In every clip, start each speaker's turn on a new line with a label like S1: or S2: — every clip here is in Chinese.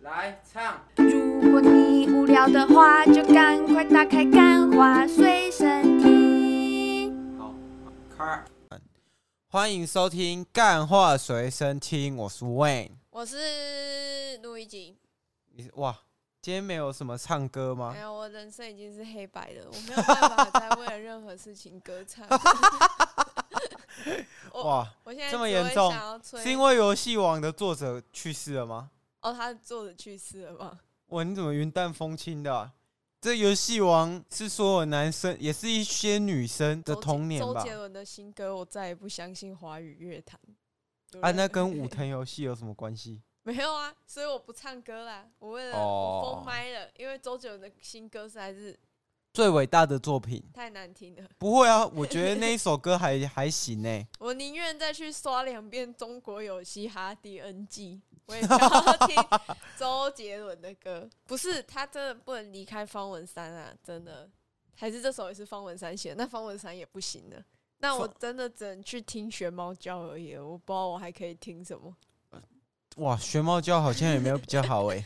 S1: 来唱，
S2: 如果你无聊的话，就赶快打开《干花随身听》。
S1: 好，开。
S3: 欢迎收听《干话随身听》，我是 Wayne。
S4: 我是陆一吉。
S3: 你哇，今天没有什么唱歌吗
S4: 哎？呀，我人生已经是黑白的，我没有办法再为了任何事情歌唱。 我
S3: 哇，
S4: 我现在
S3: 这么
S4: 只
S3: 严
S4: 会
S3: 重
S4: 想要吹
S3: 是因为游戏王的作者去世了吗？
S4: 哦，他做的去世了吗？
S3: 哇，你怎么云淡风轻的啊、这游戏王是所有男生，也是一些女生的
S4: 周杰
S3: 童年
S4: 周
S3: 吧？
S4: 杰伦的新歌，我再也不相信华语乐坛。对不
S3: 啊，
S4: 对
S3: 那跟武藤游戏有什么关系？
S4: 没有啊，所以我不唱歌啦。我为了、我
S3: 哦
S4: 封麦了，因为周杰伦的新歌实在是
S3: 最伟大的作品？
S4: 太难听了。
S3: 不会啊，我觉得那一首歌还还行呢、欸
S4: 我宁愿再去刷两遍《中国有嘻哈》第 N 季，我也想要听周杰伦的歌。不是，他真的不能离开方文山啊！真的，还是这首也是方文山写的，那方文山也不行了。那我
S3: 方
S4: 真的只能去听学猫叫而已了，我不知道我还可以听什么。
S3: 哇，学猫叫好像也没有比较好哎、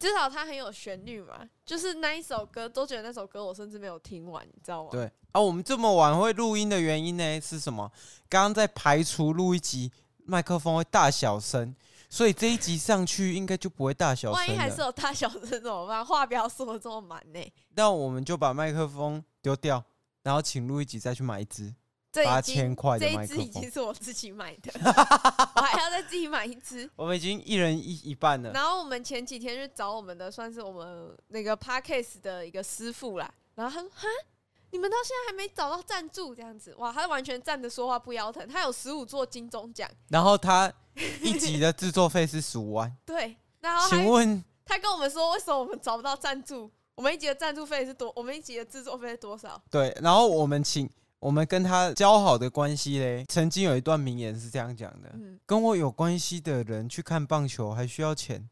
S4: 至少它很有旋律嘛，就是那一首歌，周杰伦那首歌，我甚至没有听完，你知道吗？
S3: 对啊，我们这么晚会录音的原因呢是什么？刚刚在排除录一集麦克风会大小声，所以这一集上去应该就不会大小
S4: 万一
S3: 声
S4: 还是
S3: 了。
S4: 有大小声怎么办？话不要说得这么满呢、
S3: 那我们就把麦克风丢掉，然后请录一集再去买一支。
S4: 这已
S3: 8000
S4: 经
S3: 块的
S4: 这
S3: 麦
S4: 一
S3: 克
S4: 支已
S3: 风
S4: 经是我自己买 的，我还要再自己买一支。
S3: 我们已经一人一一半了。
S4: 然后我们前几天去找我们的，算是我们那个 podcast 的一个师傅啦。然后他说：“哈，你们到现在还没找到赞助这样子？哇，他完全站着说话不腰疼。他有十五座金钟奖，
S3: 然后他一集的制作费是十五 万，
S4: 对。然后
S3: 请
S4: 还
S3: 问
S4: 他跟我们说，为什么我们找不到赞助？我们一集的赞助费是多？我们一集的制作费是多少？
S3: 对？然后我们请我们跟他交好的关系嘞，曾经有一段名言是这样讲的：
S4: 嗯，
S3: 跟我有关系的人去看棒球还需要钱，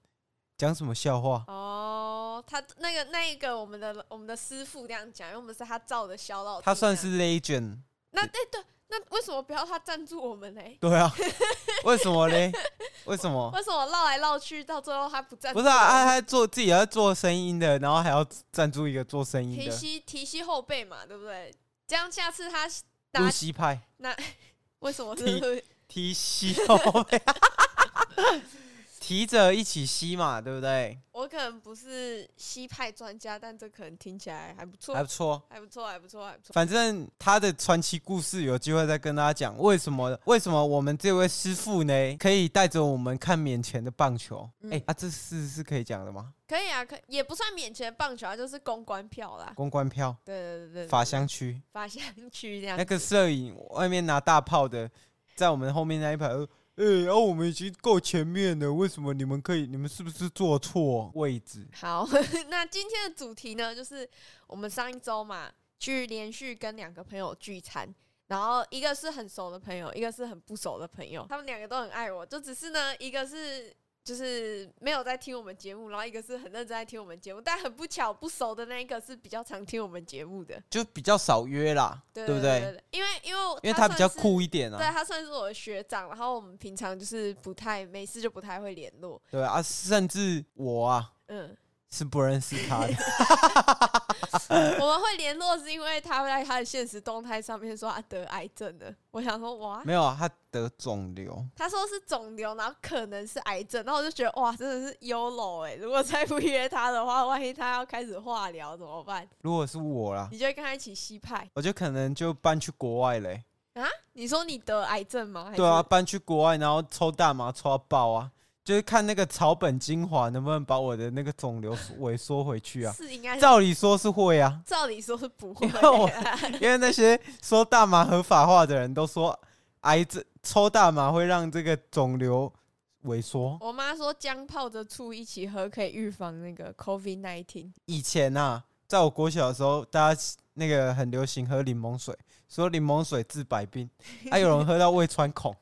S3: 讲什么笑话？
S4: 哦，他那个那一个我们的我们的师傅这样讲，因为我们是他照的小哦老弟这
S3: 他
S4: 样，
S3: 算是 legend，
S4: 那对对，那为什么不要他赞助我们嘞？
S3: 对 啊，为什么嘞？为什么？
S4: 为什么绕来绕去，到最后他不赞助
S3: 不是
S4: 我们？
S3: 啊，啊他做自己要做声音的，然后还要赞助一个做声音
S4: 提
S3: 的
S4: 膝提膝后背嘛，对不对？这样下次他拿
S3: 露西派
S4: 为什么是
S3: 提提 膝后背，哦啊提着一起吸嘛，对不对？
S4: 我可能不是西派专家，但这可能听起来还不错，
S3: 还不错。
S4: 还不错，还不错，还不错。
S3: 反正他的传奇故事有机会再跟大家讲，为什么为什么我们这位师傅呢，可以带着我们看免钱的棒球？哎、
S4: 嗯
S3: 啊，这事是可以讲的吗？
S4: 可以啊，可也不算免钱棒球啊，就是公关票啦。
S3: 公关票，
S4: 对对对对，
S3: 呃法香区。
S4: 法香区这样
S3: 那。个摄影外面拿大炮的，在我们后面那一排，呃哎、然、后我们已经够前面了，为什么你们可以？你们是不是坐错位置？
S4: 好， 那今天的主题呢，就是我们上一周嘛，去连续跟两个朋友聚餐，然后一个是很熟的朋友，一个是很不熟的朋友，他们两个都很爱我，就只是呢，一个是。就是没有在听我们节目，然后一个是很认真在听我们节目，但很不巧不熟的那一个是比较常听我们节目的，
S3: 就比较少约啦，
S4: 对
S3: 不
S4: 对
S3: 对？
S4: 对？因为因为
S3: 因为他比较
S4: 算是
S3: 酷一点
S4: 对
S3: 啊，
S4: 他算是我的学长，然后我们平常就是不太没事就不太会联络，
S3: 对啊，甚至我啊
S4: 嗯，
S3: 是不认识 他的，
S4: 我们会联络是因为他会在他的现实动态上面说他得癌症了。我想说哇，
S3: 没有啊，他得肿瘤，
S4: 他说是肿瘤，然后可能是癌症，然后我就觉得哇，真的是优柔哎！如果再不约他的话，万一他要开始化疗怎么办？
S3: 如果是我啦，
S4: 你就会跟他一起吸派
S3: 我就可能就搬去国外嘞、
S4: 啊？你说你得癌症吗？还是
S3: 对啊，，搬去国外，然后抽大麻抽到爆啊，就是看那个草本精华能不能把我的那个肿瘤萎缩回去 啊。
S4: 是应该照
S3: 照理说是会啊，
S4: 照理说是不会、
S3: 因为 我
S4: 啊，
S3: 因为那些说大麻合法化的人都说，癌症抽大麻会让这个肿瘤萎缩。
S4: 我妈说姜泡着醋一起喝可以预防那个 COVID nineteen。
S3: 以前啊，在我国小的时候，大家那个很流行喝柠檬水，说柠檬水治百 病，还、有人喝到胃穿孔，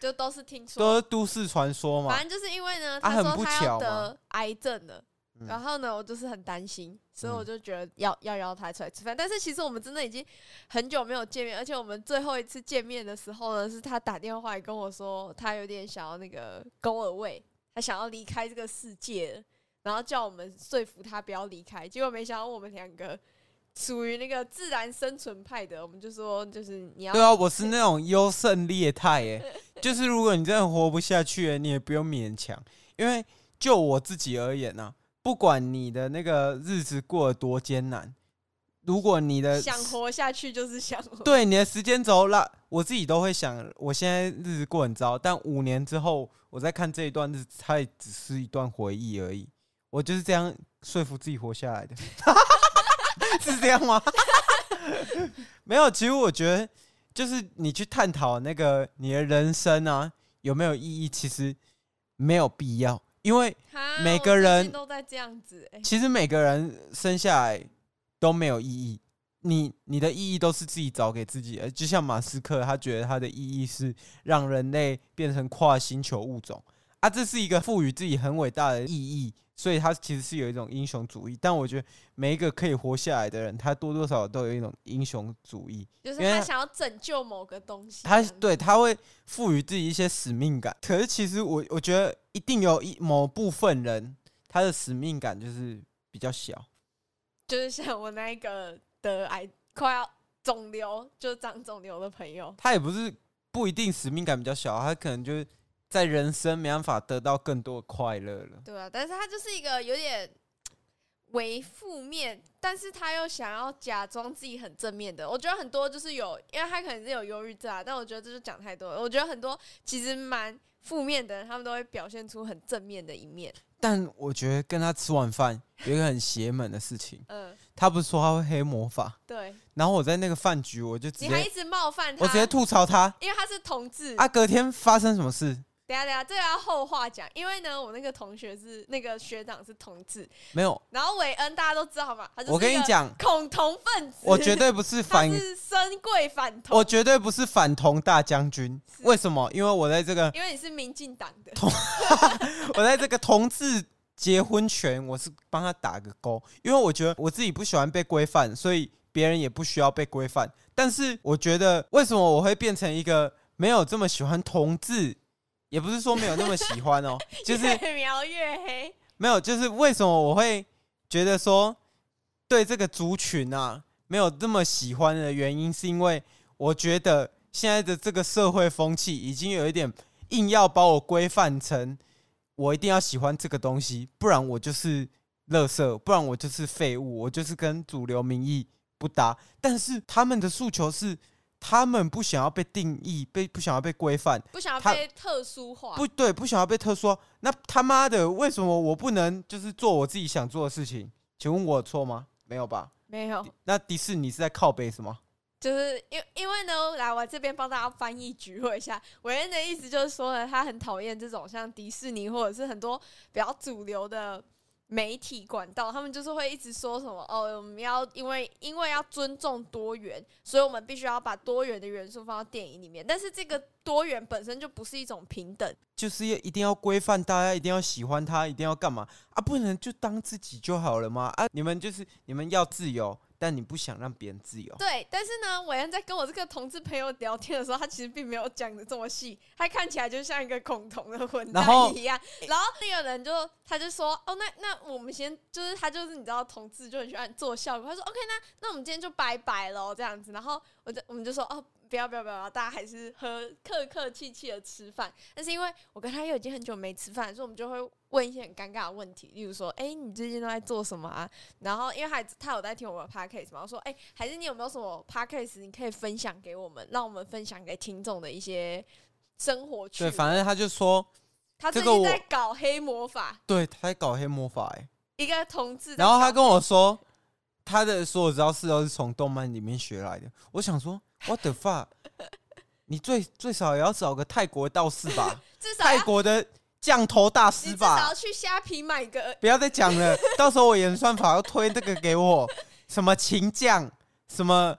S4: 就都是听说，
S3: 都是都市传说嘛
S4: 反。正就是因为呢，
S3: 啊
S4: 他
S3: 很
S4: 说
S3: 不
S4: 他
S3: 巧嘛
S4: 要得癌症了，
S3: 嗯
S4: 然后呢，我就是很担心，所以
S3: 嗯
S4: 我就觉得要、要邀他出来吃饭。但是其实我们真的已经很久没有见面，而且我们最后一次见面的时候呢，是他打电话来跟我说他有点想要那个 go away，他想要离开这个世界了，然后叫我们说服他不要离开。结果没想到我们两个属于那个自然生存派的，我们就说就是你要
S3: 对啊，我是那种优胜劣汰 哎，就是如果你真的活不下去了，你也不用勉强，因为就我自己而言呢、啊，不管你的那个日子过得多艰难，如果你的
S4: 想活下去，就是想活。
S3: 啊对你的时间轴拉，我自己都会想，我现在日子过很糟，但五年之后我再看这一段日子，它也只是一段回忆而已。我就是这样说服自己活下来的， 是这样吗？没有，其实我觉得，就是你去探讨那个你的人生啊有没有意义，其实没有必要，因为
S4: 哈
S3: 每
S4: 我
S3: 个
S4: 最
S3: 人
S4: 近都在这样子、哎，
S3: 其实每个人生下来都没有意义，你你的意义都是自己找给自己的。就像马斯克，他觉得他的意义是让人类变成跨星球物种啊，这是一个赋予自己很伟大的意义，所以他其实是有一种英雄主义。但我觉得每一个可以活下来的人，他多多少少都有一种英雄主义，
S4: 就是
S3: 因为
S4: 他
S3: 他
S4: 想要拯救某个东西这
S3: 他
S4: 样子。
S3: 对他会赋予自己一些使命感。可是其实我我觉得一定有一某部分人，他的使命感就是比较小。
S4: 就是像我那一个得癌快要肿瘤，就是长肿瘤的朋友，
S3: 他也不是不一定使命感比较小，他可能就是在人生没办法得到更多的快乐了。
S4: 对啊，但是他就是一个有点为负面，但是他又想要假装自己很正面的。我觉得很多就是有，因为他可能是有忧郁症啊，但我觉得这就讲太多了。我觉得很多其实蛮负面的人，他们都会表现出很正面的一面。
S3: 但我觉得跟他吃完饭有一个很邪门的事情，
S4: 嗯、
S3: 他不是说他会黑魔法，
S4: 对，
S3: 然后我在那个饭局我就直
S4: 你还一
S3: 接
S4: 直冒犯他，
S3: 我直接吐槽他
S4: 因为他是同志
S3: 啊！隔天发生什么事
S4: 等一下等一下，这个要后话讲，因为呢，我那个同学是那个学长是同志，
S3: 没有？
S4: 然后韦恩大家都知道嘛，他就是
S3: 我跟
S4: 一
S3: 你
S4: 个
S3: 讲，
S4: 恐同分子，
S3: 我绝对不是
S4: 他
S3: 反，
S4: 是深贵反同，
S3: 我绝对不是反同大将军。
S4: 是
S3: 为什么？因为我在这个
S4: 因为你是民进党的，
S3: 我在这个同志结婚权，我是帮他打个勾，因为我觉得我自己不喜欢被规范，所以别人也不需要被规范。但是我觉得，为什么我会变成一个没有这么喜欢同志？也不是说没有那么喜欢哦，就是
S4: 越描越黑。
S3: 没有，就是为什么我会觉得说对这个族群啊没有这么喜欢的原因，是因为我觉得现在的这个社会风气已经有一点硬要把我规范成我一定要喜欢这个东西，不然我就是垃圾，不然我就是废物，我就是跟主流民意不搭。但是他们的诉求是，他们不想要被定义，被不想要被规范，
S4: 不想要
S3: 他
S4: 被特殊化，
S3: 不对，不想要被特殊化。那他妈的，为什么我不能就是做我自己想做的事情？请问我有错吗？没有吧？
S4: 没有，
S3: 那迪士尼是在靠背什么？
S4: 就是因因为呢，来我这边帮大家翻译举会一下，韦恩的意思就是说呢，他很讨厌这种像迪士尼或者是很多比较主流的媒体管道，他们就是会一直说什么哦，我们要因为因为要尊重多元，所以我们必须要把多元的元素放到电影里面，但是这个多元本身就不是一种平等，
S3: 就是要一定要规范大家，一定要喜欢他，一定要干嘛啊？不能就当自己就好了吗？啊，你们就是你们要自由，但你不想让别人自由。
S4: 对，但是呢，韦恩在跟我这个同志朋友聊天的时候，他其实并没有讲的这么细，他看起来就像一个恐同的混
S3: 然后
S4: 蛋一样。然后那个人就他就说，哦，那那我们先就是他就是你知道同志就很喜欢做效果，他说 OK，那那我们今天就拜拜喽这样子。然后我就我们就说哦。不要不要不要！大家还是喝客客气气的吃饭，但是因为我跟他又已经很久没吃饭，所以我们就会问一些很尴尬的问题，例如说，哎、你最近都在做什么啊？然后因为他他有在听我的 podcast 嘛，我说，哎、还是你有没有什么 podcast 你可以分享给我们，让我们分享给听众的一些生活趣
S3: 对，
S4: 闻？
S3: 反正他就说，
S4: 他最
S3: 这个
S4: 近
S3: 我
S4: 在搞黑魔法，
S3: 对，他在搞黑魔法哎、
S4: 一个同志在搞。
S3: 然后他跟我说，他的所有招式都是从动漫里面学来的。我想说，what the fuck？你最最少也要找个泰国道士 吧，
S4: 至少
S3: 泰
S4: 要
S3: 国的降头大
S4: 你
S3: 师
S4: 至少要
S3: 吧，
S4: 去虾皮买个，
S3: 不要再讲了。到时候我演算法要推这个给我，什么秦将，什么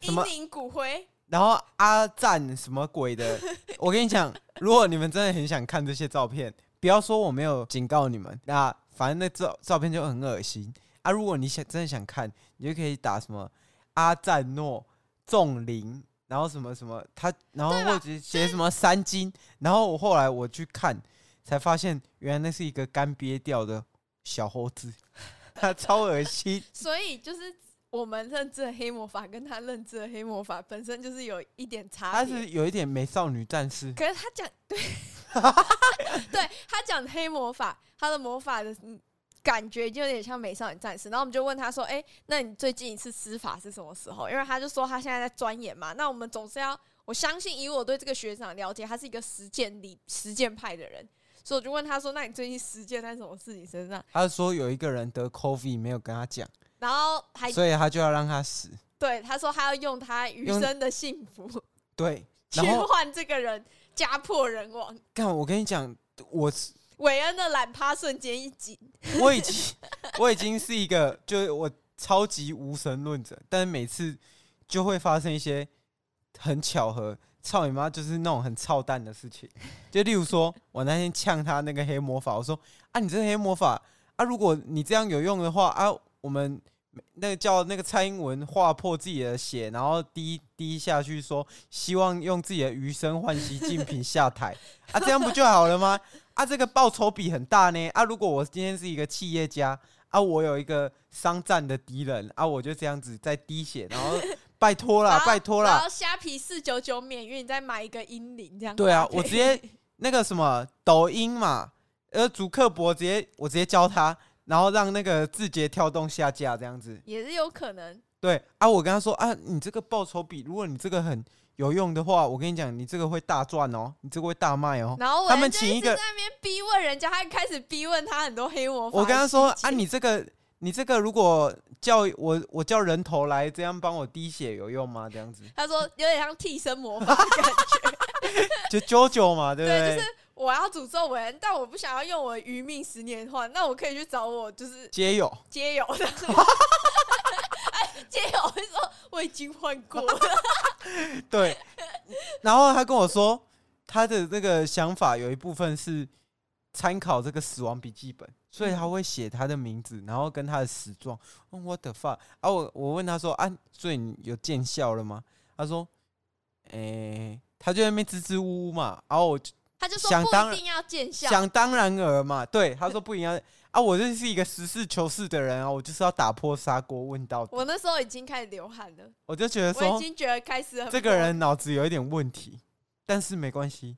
S3: 什
S4: 英
S3: 么，
S4: 灵骨灰，
S3: 然后阿赞什么鬼 的。我跟你讲，如果你们真的很想看这些照片，不要说我没有警告你们，那反正那照照片就很恶心啊。如果你想真的想看，你就可以打什么阿赞诺、纵灵，然
S4: 啊
S3: 后什么什么他，然后
S4: 对吧
S3: 或者写什么三金。然后我后来我去看，才发现原来那是一个干瘪掉的小猴 子，他超恶心。
S4: 所以就是我们认知的黑魔法跟他认知的黑魔法本身就是有一点 差
S3: 他
S4: 别。
S3: 是有一点美少女战士，
S4: 可是他讲 对，对他讲黑魔法，他的魔法的嗯感觉就有点像美少女战士。然后我们就问他说：“哎、那你最近一次施法是什么时候？”因为他就说他现在在钻研嘛。那我们总是要，我相信以我对这个学长了解，他是一个实践理实践派的人，所以我就问他说：“那你最近实践在什么事情身上
S3: 他说有一个人得 COVID 没有跟他讲，？”
S4: 然后还
S3: 所以他就要让他死。
S4: 对他说他要用他余
S3: 用
S4: 生的幸福
S3: 对，
S4: 去
S3: 然 后
S4: 换这个人家破人亡。
S3: 干，我跟你讲，我是
S4: 韦恩的懒趴瞬间一紧，
S3: 我已经我已经是一个，就是我超级无神论者，但是每次就会发生一些很巧合，操你妈，就是那种很操蛋的事情。 就例如说，我那天呛他那个黑魔法，我说啊，你这个黑魔法啊，如果你这样有用的话啊，我们。那个叫那个蔡英文划破自己的血，然后滴滴下去说，希望用自己的余生换习近平下台 啊，这样不就好了吗？啊，这个报酬比很大呢。啊，如果我今天是一个企业家，啊，我有一个商战的敌人，啊，我就这样子在滴血，然后拜托
S4: 然
S3: 啦，
S4: 后
S3: 拜托
S4: 然
S3: 啦
S4: 后，虾皮四九九免运，再买一个英灵这样。
S3: 对啊，我直接 那个什么抖音嘛，呃，主客博直接我直接教他，然后让那个字节跳动下架这样子。
S4: 也是有可能。
S3: 对啊，我跟他说啊，你这个报酬比，如果你这个很有用的话，我跟你讲，你这个会大赚哦，你这个会大卖哦。
S4: 然后
S3: 他
S4: 我
S3: 们
S4: 就
S3: 请一
S4: 直
S3: 个
S4: 在那边逼问人家，他开始逼问他很多黑魔法。
S3: 我跟他说啊，你这个你这个如果叫我我叫人头来这样帮我滴血有用吗？这样子
S4: 他说有点像替身魔 法的 感
S3: 就
S4: 觉。
S3: 啾啾嘛，对不
S4: 对就是我要诅咒文，但我不想要用我的余命十年换，那我可以去找我就是
S3: 街友，
S4: 街友 的。哎街友会说我已经换过 了，
S3: 对，然后他跟我说，他的那个想法有一部分是参考这个死亡笔记本，所以他会写他的名字，然后跟他的死状。问我的 fuck 啊，我我问他说啊，所以你有见效了吗？他说，诶、他就在那边支支吾吾嘛，然后我就
S4: 他就说
S3: 想当
S4: 不一
S3: 然
S4: 定要见效。
S3: 想当然尔嘛，对，他说不一样 啊，我这是一个实事求是的人啊，我就是要打破砂锅问到底，
S4: 我那时候已经开始流汗了，
S3: 我就觉得
S4: 我已
S3: 说
S4: 经觉得开始很
S3: 这个人脑子有一点问题，但是没关系，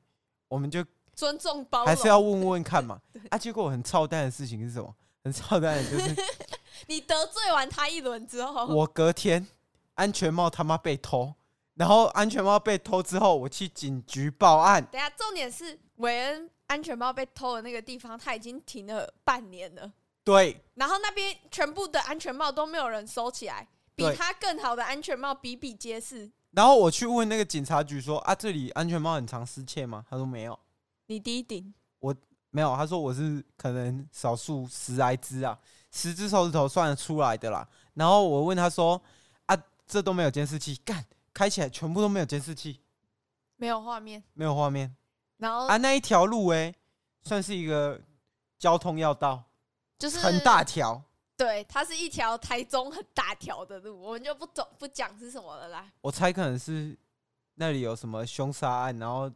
S3: 我们就
S4: 尊重包容，
S3: 还是要问问看嘛。啊，结果很操蛋的事情是什么？很操蛋的就是
S4: 你得罪完他一轮之后，
S3: 我隔天安全帽他妈被偷，然后安全帽被偷之后，我去警局报案。
S4: 等一下重点是韦恩安全帽被偷的那个地方，他已经停了半年了，
S3: 对
S4: 然后那边全部的安全帽都没有人收起来，比
S3: 对
S4: 他更好的安全帽比比皆是。
S3: 然后我去问那个警察局说啊，这里安全帽很常失窃吗？他说没有，
S4: 你第一顶，
S3: 没有。他说我是可能少数十来只啊，十只手指头算得出来的啦。然后我问他说啊，这都没有监视器，干开起来全部都没有监视器，
S4: 没有画面，
S3: 没有画面。
S4: 然后
S3: 啊，那一条路哎、算是一个交通要道，
S4: 就是
S3: 很，大条。
S4: 对，它是一条台中很大条的路，我们就不走不讲是什么了啦。
S3: 我猜可能是那里有什么凶杀案，然后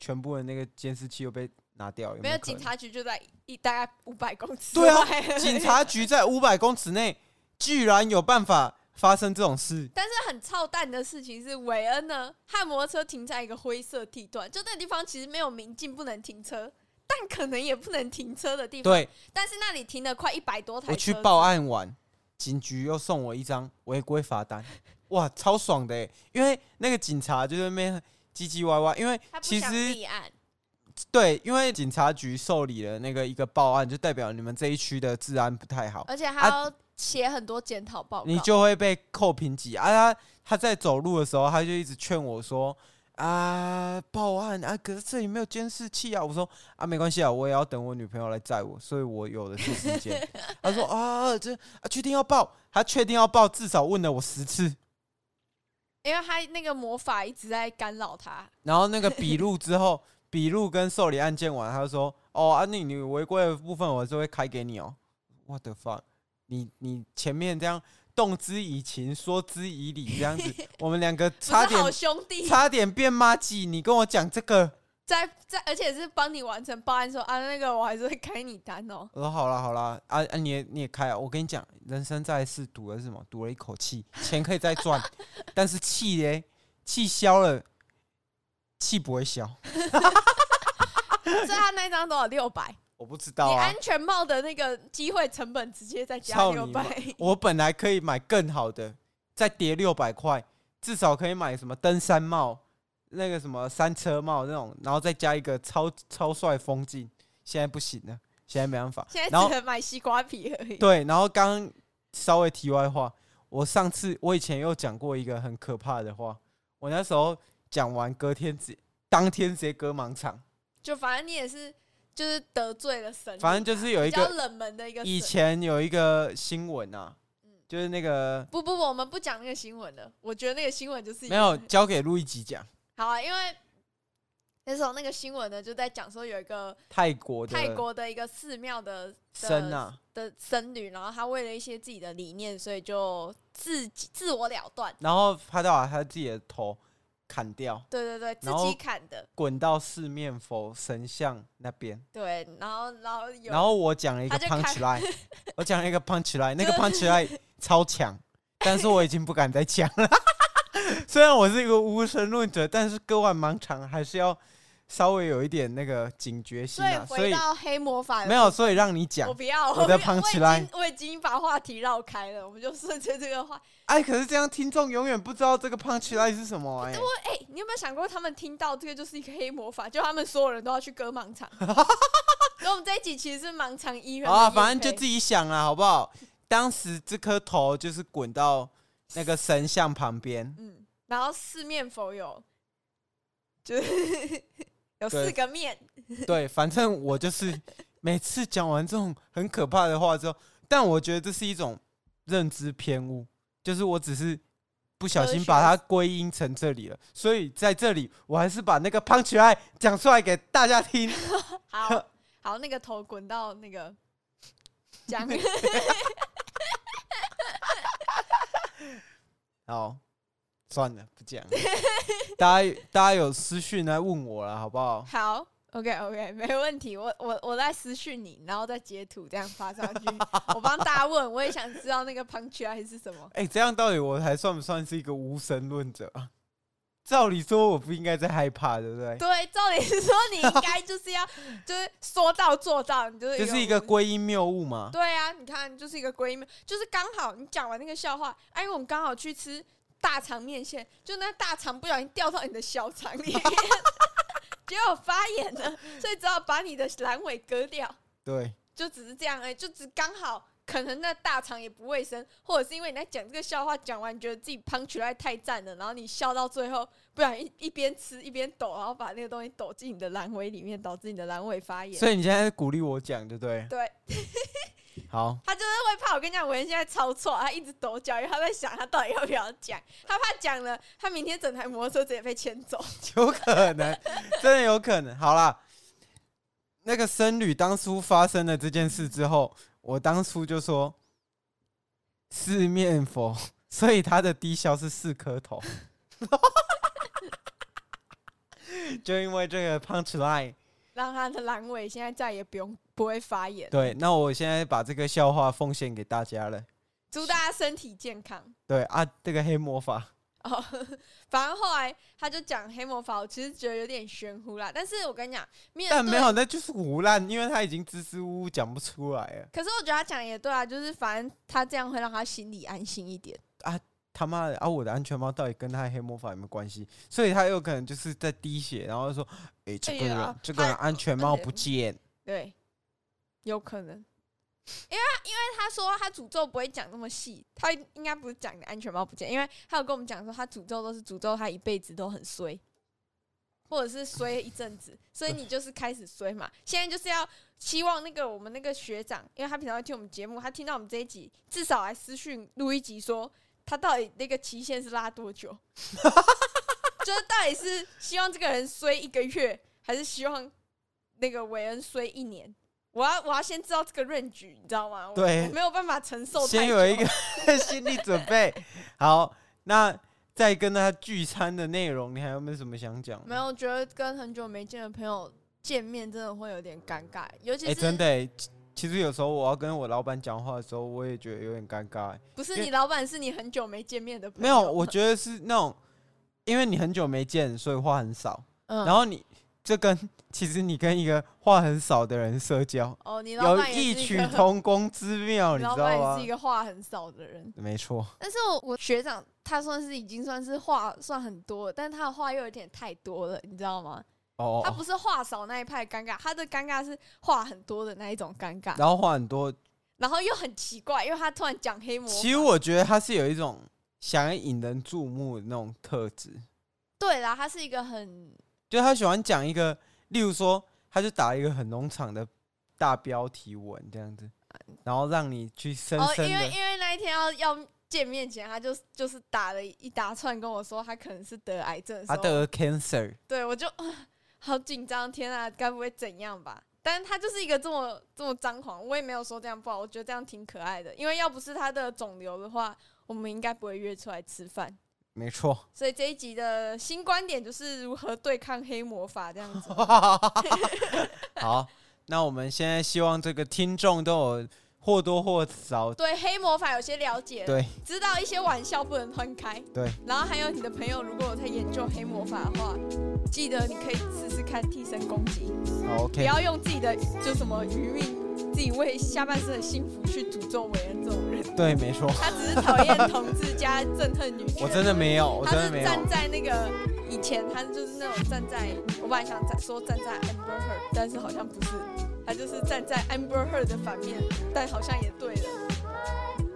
S3: 全部的那个监视器又被拿掉，有
S4: 没
S3: 没
S4: 有
S3: 可
S4: 警
S3: 能？
S4: 察局就在一大概五百公尺
S3: 对啊
S4: 外
S3: 警察局在五百公尺内居然有办法发生这种事，
S4: 但是很操蛋的事情是，韦恩呢，他摩托车停在一个灰色地段，就那地方其实没有明禁不能停车，但可能也不能停车的地方。
S3: 对
S4: 但是那里停了快一百多台车。
S3: 我去报。案完，警局又送我一张违规罚单，哇，超爽的、欸！因为那个警察就在那边唧唧歪歪，因为
S4: 他不
S3: 其
S4: 想
S3: 实
S4: 立案，
S3: 对，因为警察局受理了那个一个报案，就代表你们这一区的治安不太好，
S4: 而且还要写很多检讨报告。
S3: 你就会被扣评级啊。他他在走路的时候，他就一直劝我说啊，报案啊，可是这里没有监视器啊。我说啊，没关系啊，我也要等我女朋友来载我，所以我有的是时间。他说啊，这啊确定要报，他确定要报，至少问了我十次。
S4: 因为他那个魔法一直在干扰他，
S3: 然后那个笔录之后， 笔录跟受理案件完，他就说：“哦，啊，你你违规的部分，我是会开给你哦。” What the fuck？你你前面这样动之以情，说之以 理，这样子，我们两个
S4: 不
S3: 差
S4: 是好
S3: 点
S4: 兄弟。
S3: 差点变妈鸡，你跟我讲这个，
S4: 在在，而且是帮你完成报案说啊，那个我还是会开你单 哦。
S3: 我说好啦好啦，啊啊你也你也开啊！我跟你讲，人生在世赌的是什么？赌了一口 气，钱可以再赚，但是气嘞，气消了，气不会消。
S4: 所以他那一张多少六百？
S3: 我不知道
S4: 你
S3: 啊
S4: 安，全帽的那个机会成本直接再加
S3: 操
S4: 六
S3: 你妈
S4: 百。
S3: 我本来可以买更好的，再叠六百块，至少可以买什么登山帽，那个什么山车帽那种，然后再加一个超超帅风镜。现在不行了，现在没办法。
S4: 现在
S3: 然后
S4: 只能买西瓜皮而已。
S3: 对，然后刚刚稍微题外话，我上次我以前有讲过一个很可怕的话，我那时候讲完隔天直当天直接割盲 场，
S4: 就反正你也是，就是得罪了神明啊，
S3: 反正就是有一
S4: 比较
S3: 个
S4: 冷门的一个
S3: 以
S4: 神。
S3: 前有一个新闻啊
S4: 嗯，
S3: 就是那个
S4: 不不不，我们不讲那个新闻了。我觉得那个新闻就是一
S3: 没有
S4: 个
S3: 交给路易吉讲
S4: 好啊，因为那时候那个新闻呢，就在讲说有一个
S3: 泰国的
S4: 泰国的一个寺庙的的
S3: 生啊，
S4: 的僧侣，然后他为了一些自己的理念，所以就自己自我了断。
S3: 然后他到啊把他自己的头砍掉，
S4: 对对对，自
S3: 然后
S4: 己砍的。
S3: 滚到四面佛神像那边。
S4: 对，然后然后有
S3: 然后我讲了一个
S4: 他就看
S3: punch line，我 讲了一个 punch line，那个
S4: 就
S3: punch line 超强，但是我已经不敢再讲了。 虽然我是一个无神论者，但是割腕盲肠还是要稍微有一点那个警觉性
S4: 所以
S3: 啊，所
S4: 回
S3: 以
S4: 到黑魔法的
S3: 没有，所以让你讲
S4: 我。不要，
S3: 我的
S4: 我不要
S3: 胖起
S4: 我已
S3: 来
S4: 经我已经把话题绕开了，我们就顺着这个话。
S3: 哎，可是这样听众永远不知道这个 punch line 是什么哎、
S4: 哎、你有没有想过，他们听到这个就是一个黑魔法，就他们所有人都要去割盲 肠。所以我们这一集其实是盲肠医院
S3: 好啊，
S4: 的业
S3: 反正就
S4: 配
S3: 自己想啊，好不好？当时这颗头就是滚到那个神像旁 边，
S4: 嗯，然后四面佛有，就是 有四
S3: 对
S4: 个面，
S3: 对，反正我就是每次讲完这种很可怕的话之后，但我觉得这是一种认知偏误，就是我只是不小心把它归因成这里了，所以在这里我还是把那个 punch line 讲出来给大家听。
S4: 好好，那个头滚到那个讲
S3: 好，算了，不讲了。大家大家有私讯来问我了，好不好？
S4: 好。OK OK，没 问题。我我我再私讯你，然后再截图这样发上去。我帮大家问，我也想知道那个 punch 还是什么。
S3: 哎、这样到底我还算不算是一个无神论者啊？照理说我不应该再害怕，对不对？
S4: 对，照理是说你应该就是要 就是说到做到，你就是
S3: 就是一个
S4: 无
S3: 归因谬误嘛。
S4: 对啊，你看就是一个闺蜜，就是刚好你讲完那个笑话，哎、因为我们刚好去吃大肠面线，就那大肠不小心掉到你的小肠里面， 结果发炎了，所以只好把你的阑尾割掉，
S3: 对，
S4: 就只是这样哎、就只刚好。可能那大肠也不卫生，或者是因为你在讲这个笑话，讲完觉得自己 punch line 太赞了，然后你笑到最后，不然一一边吃一边抖，然后把那个东西抖进你的阑尾里面，导致你的阑尾发炎。
S3: 所以你现在是鼓励我讲，对不对？
S4: 对，
S3: 好，
S4: 他就是会怕我跟你讲，文现在超错，他一直抖脚，因为他在想他到底要不要讲，他怕讲了，他明天整台摩托车直接被牵走。
S3: 有可能，真的有可能。好啦，那个僧侣当初发生了这件事之后，我当初就说四面佛，所以他的低消是四颗头。 就因为这个 punch line，
S4: 让他的阑尾现在再也不用不会发炎，
S3: 对，那我现在把这个笑话奉献给大家了。
S4: 祝大家身体健康。
S3: 对啊，这个黑魔法，
S4: 哦， 反正后来他就讲黑魔法，我其实觉得有点玄乎啦。但是我跟你讲，面对
S3: 但没有，那就是胡乱，因为他已经支支吾吾讲不出来了。
S4: 可是我觉得他讲也对啊，就是反正他这样会让他心里安心一点。
S3: 他妈的啊！我的安全帽到底跟他的黑魔法有没有关系？所以他有可能就是在滴血，然后说：“诶，这个人，
S4: 哎呀
S3: 这个人安全帽不见。
S4: 对，有可能，因为他因为他说他诅咒不会讲那么细，他应该不是讲你的安全帽不见，因为他有跟我们讲说他诅咒都是诅咒他一辈子都很衰，或者是衰一阵子，所以你就是开始衰嘛。现在就是要希望那个我们那个学长，因为他平常会听我们节目，他听到我们这一集，至少来私讯录一集说他到底那个期限是拉多久。就是到底是希望这个人衰一个月，还是希望那个韦恩衰一年？我要我要先知道这个 range，你知道吗？我
S3: 对
S4: 我没有办法承受太久。
S3: 先有一个心理准备。好，那在跟他聚餐的内容，你还有没有什么想讲？
S4: 没有，我觉得跟很久没见的朋友见面真的会有点尴尬，尤其
S3: 哎、
S4: 是、
S3: 真的、欸，其其实有时候我要跟我老板讲话的时候，我也觉得有点尴尬、欸。
S4: 不是
S3: 因为
S4: 你老板，是你很久没见面的朋
S3: 没
S4: 友。
S3: 有，我觉得是那种，因为你很久没见，所以话很少。
S4: 嗯，
S3: 然后你这跟其实你跟一个话很少的人社交，
S4: 哦，你老
S3: 有
S4: 板
S3: 异
S4: 也是一
S3: 曲
S4: 个，
S3: 同工之妙，
S4: 你
S3: 你
S4: 老
S3: 知
S4: 板
S3: 道
S4: 也
S3: 吗
S4: 是一？个话很少的人。
S3: 没错，
S4: 但是我我学长他算是已经算是话算很多了，但他的话又有点太多了，你知道吗？
S3: 哦
S4: 他，不是话少那一派尴尬，他的尴尬是话很多的那一种尴尬，
S3: 然后话很多。
S4: 然后又很奇怪，因为他突然讲黑魔法
S3: 其实我觉得他是有一种想要引人注目的那种特质，
S4: 对啦，他是一个很
S3: 就他喜欢讲一个，例如说，他就打一个很农场的大标题文这样子，然后让你去深
S4: 呃哦，因
S3: 深
S4: 为
S3: 的。
S4: 因为那一天要要见面前，他就就是打了一大串跟我说他可能是得癌症的时
S3: 他
S4: 候，
S3: 得了 cancer，
S4: 对我就、啊好紧张，天啊，该不会怎样吧？但是他就是一个这么这么张狂，我也没有说这样不好，我觉得这样挺可爱的，因为要不是他的肿瘤的话，我们应该不会约出来吃饭。
S3: 没错。
S4: 所以这一集的新观点就是如何对抗黑魔法这样子。
S3: 好，那我们现在希望这个听众都有或多或少
S4: 对黑魔法有些了解，
S3: 对
S4: 知道一些玩笑不能乱开。
S3: 对，
S4: 然后还有你的朋友，如果有在研究黑魔法的话，记得你可以试试看替身攻击，
S3: 好
S4: 不
S3: OK，
S4: 要用自己的就什么余韵，自己为下半生的幸福去诅咒韦恩这种人。
S3: 对，没错，
S4: 他只是讨 厌同志加憎恨女权。
S3: 我真的没有，我
S4: 他
S3: 真的
S4: 是
S3: 没有，
S4: 站在那个以前，他就是那种站在，我本来想站说站在 Amber Heard，但是好像不是，他就是站在 Amber Heard 的反面，但好像也对了。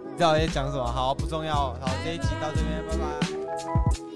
S3: 你知道我在讲什么？好，不重要，好，这一集到这边，拜拜。